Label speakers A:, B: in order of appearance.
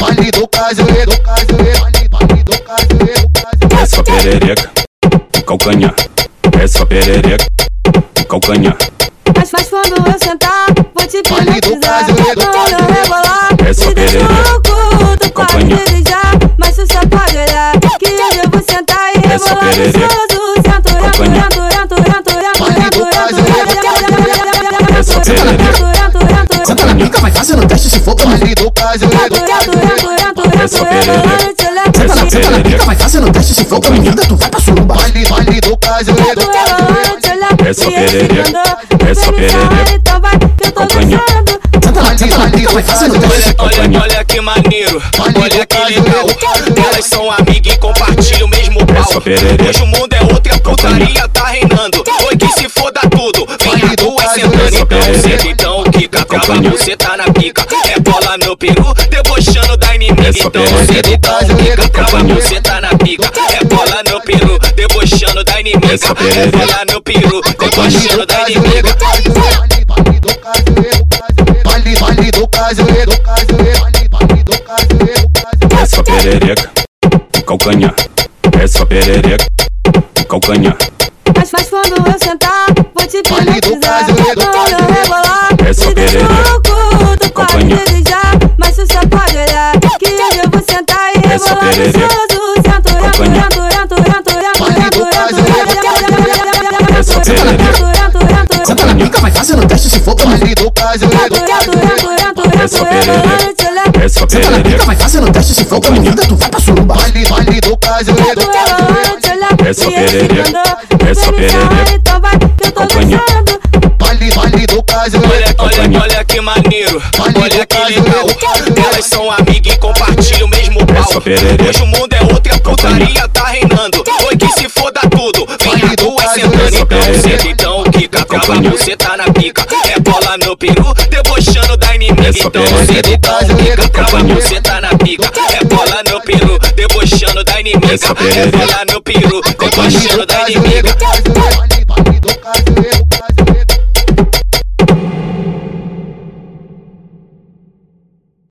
A: baile do cajueiro, do cajueiro, baile, baile do cajueiro, cajueiro.
B: Essa perereca, o calcanhar. Essa perereca, o calcanhar.
C: Mas, mas quando eu sentar, vou te
A: Olha aí, do
C: hipnotizar.
A: Brasil, olha aí, do
C: Quando eu
A: Brasil.
C: rebolar,
B: Essa
C: te deixo
B: perereca.
C: louco. Tu pode
B: Acompanha.
C: desejar, mas tu só pode olhar. Que hoje eu vou sentar e
B: Essa
C: rebolar no
B: perereca.
C: solo do centro. Rento,
B: Acompanha.
C: rento, rento, rento, rento,
A: Olha aí,
C: rento,
A: do
C: rento,
A: Brasil, olha aí,
C: rento, rento, rento, rento,
B: Essa
C: rento,
B: perereca.
C: rento, rento, rento,
D: Senta na pica, vai fazendo teste se for pra mais.
A: Baile do cajueiro, do
C: rento, rento,
A: cajueiro.
C: rento, rento,
B: Essa
C: rebolar
B: perereca.
C: no silêncio.
D: Senta na, senta na pica, vai fazendo teste se for pra minha vida, tu vai pra suruba.
A: Baile, baile do cajueiro, do cajueiro.
B: Essa perereca. Essa perereca.
C: Então vai, que eu tô
B: Acompanha.
C: dançando.
D: Senta na, senta na pica, vai fazendo teste se for
E: Olha, olha que maneiro, olha que legal. Elas são amigas e compartilham o mesmo pau.
B: Essa perereca.
E: Hoje o mundo é outra putaria, tá reinando. Oi, que se foda tudo, vem a duas sentando.
B: Essa
E: Então
B: perereca.
E: senta, então quica, trava
B: Acompanha.
E: você tá na pica. É bola no peru, debochando da inimiga.
B: Essa
E: Então
B: perereca.
E: senta, então quica, trava
B: Acompanha.
E: você tá na pica. É bola no peru, debochando da inimiga.
B: Essa
E: É
B: perereca.
E: bola no peru,
A: Baile do
E: debochando da
A: cajueiro,
E: inimiga.
A: do cajueiro. Baile do cajueiro, do cajueiro. Baile, baile do cajueiro, do cajueiro. Baile, baile do cajueiro, do cajueiro.
B: Essa perereca, o calcanhar. Essa perereca, o calcanhar.
C: Mas, mas quando eu sentar, vou te
A: Olha aí, do
C: hipnotizar
A: Brasil, olha aí, do
C: Quando eu
A: Brasil.
C: rebolar,
B: Essa
C: te deixo
B: perereca.
C: louco Tu pode
B: Acompanha.
C: desejar, mas tu só pode olhar Que hoje eu vou sentar e
B: Essa
C: rebolar no
B: perereca.
C: solo do centro Rento,
B: Acompanha.
C: rento, rento, rento, rento,
A: Olha aí,
C: rento,
A: do
C: rento,
A: Brasil, olha aí,
C: rento,
B: Essa perereca.
C: rento, rento, rento, rento, rento,
D: Senta na pica, vai fazendo teste se for pra mais.
A: Baile do cajueiro, do
C: rento, rento,
A: cajueiro.
C: rento, rento,
B: Essa
C: rento,
B: perereca.
C: rento, rento,
B: Essa
D: Senta na pica,
B: perereca,
D: vai fazendo teste se for pra minha vida, tu vai pra suruba.
A: Baile, baile do cajueiro, do cajueiro.
B: Essa perereca. Essa perereca.
C: Então vai, que eu tô
B: Acompanha.
C: dançando
A: Baile, baile do cajueiro.
E: Olha, olha,
B: Acompanha.
E: olha que maneiro, olha que
A: Acompanha.
E: legal. Elas são amigas e compartilham o mesmo pau.
B: Essa perereca.
E: Hoje o mundo é outra
B: Acompanha.
E: putaria, tá reinando. Oi, que se foda tudo, vem a
A: Acompanha.
E: duas sentando.
B: Essa
E: Então
B: perereca.
E: senta, então quica, trava
B: Acompanha.
E: você tá na pica. É bola no peru, debochando da inimiga.
B: Essa
E: Então
B: perereca.
E: senta, então quica, trava
B: Acompanha.
E: você tá na pica. É bola no peru, debochando da inimiga.
B: Essa
E: É
B: perereca.
E: bola no peru,
B: Acompanha.
E: debochando da inimiga.
A: Baile do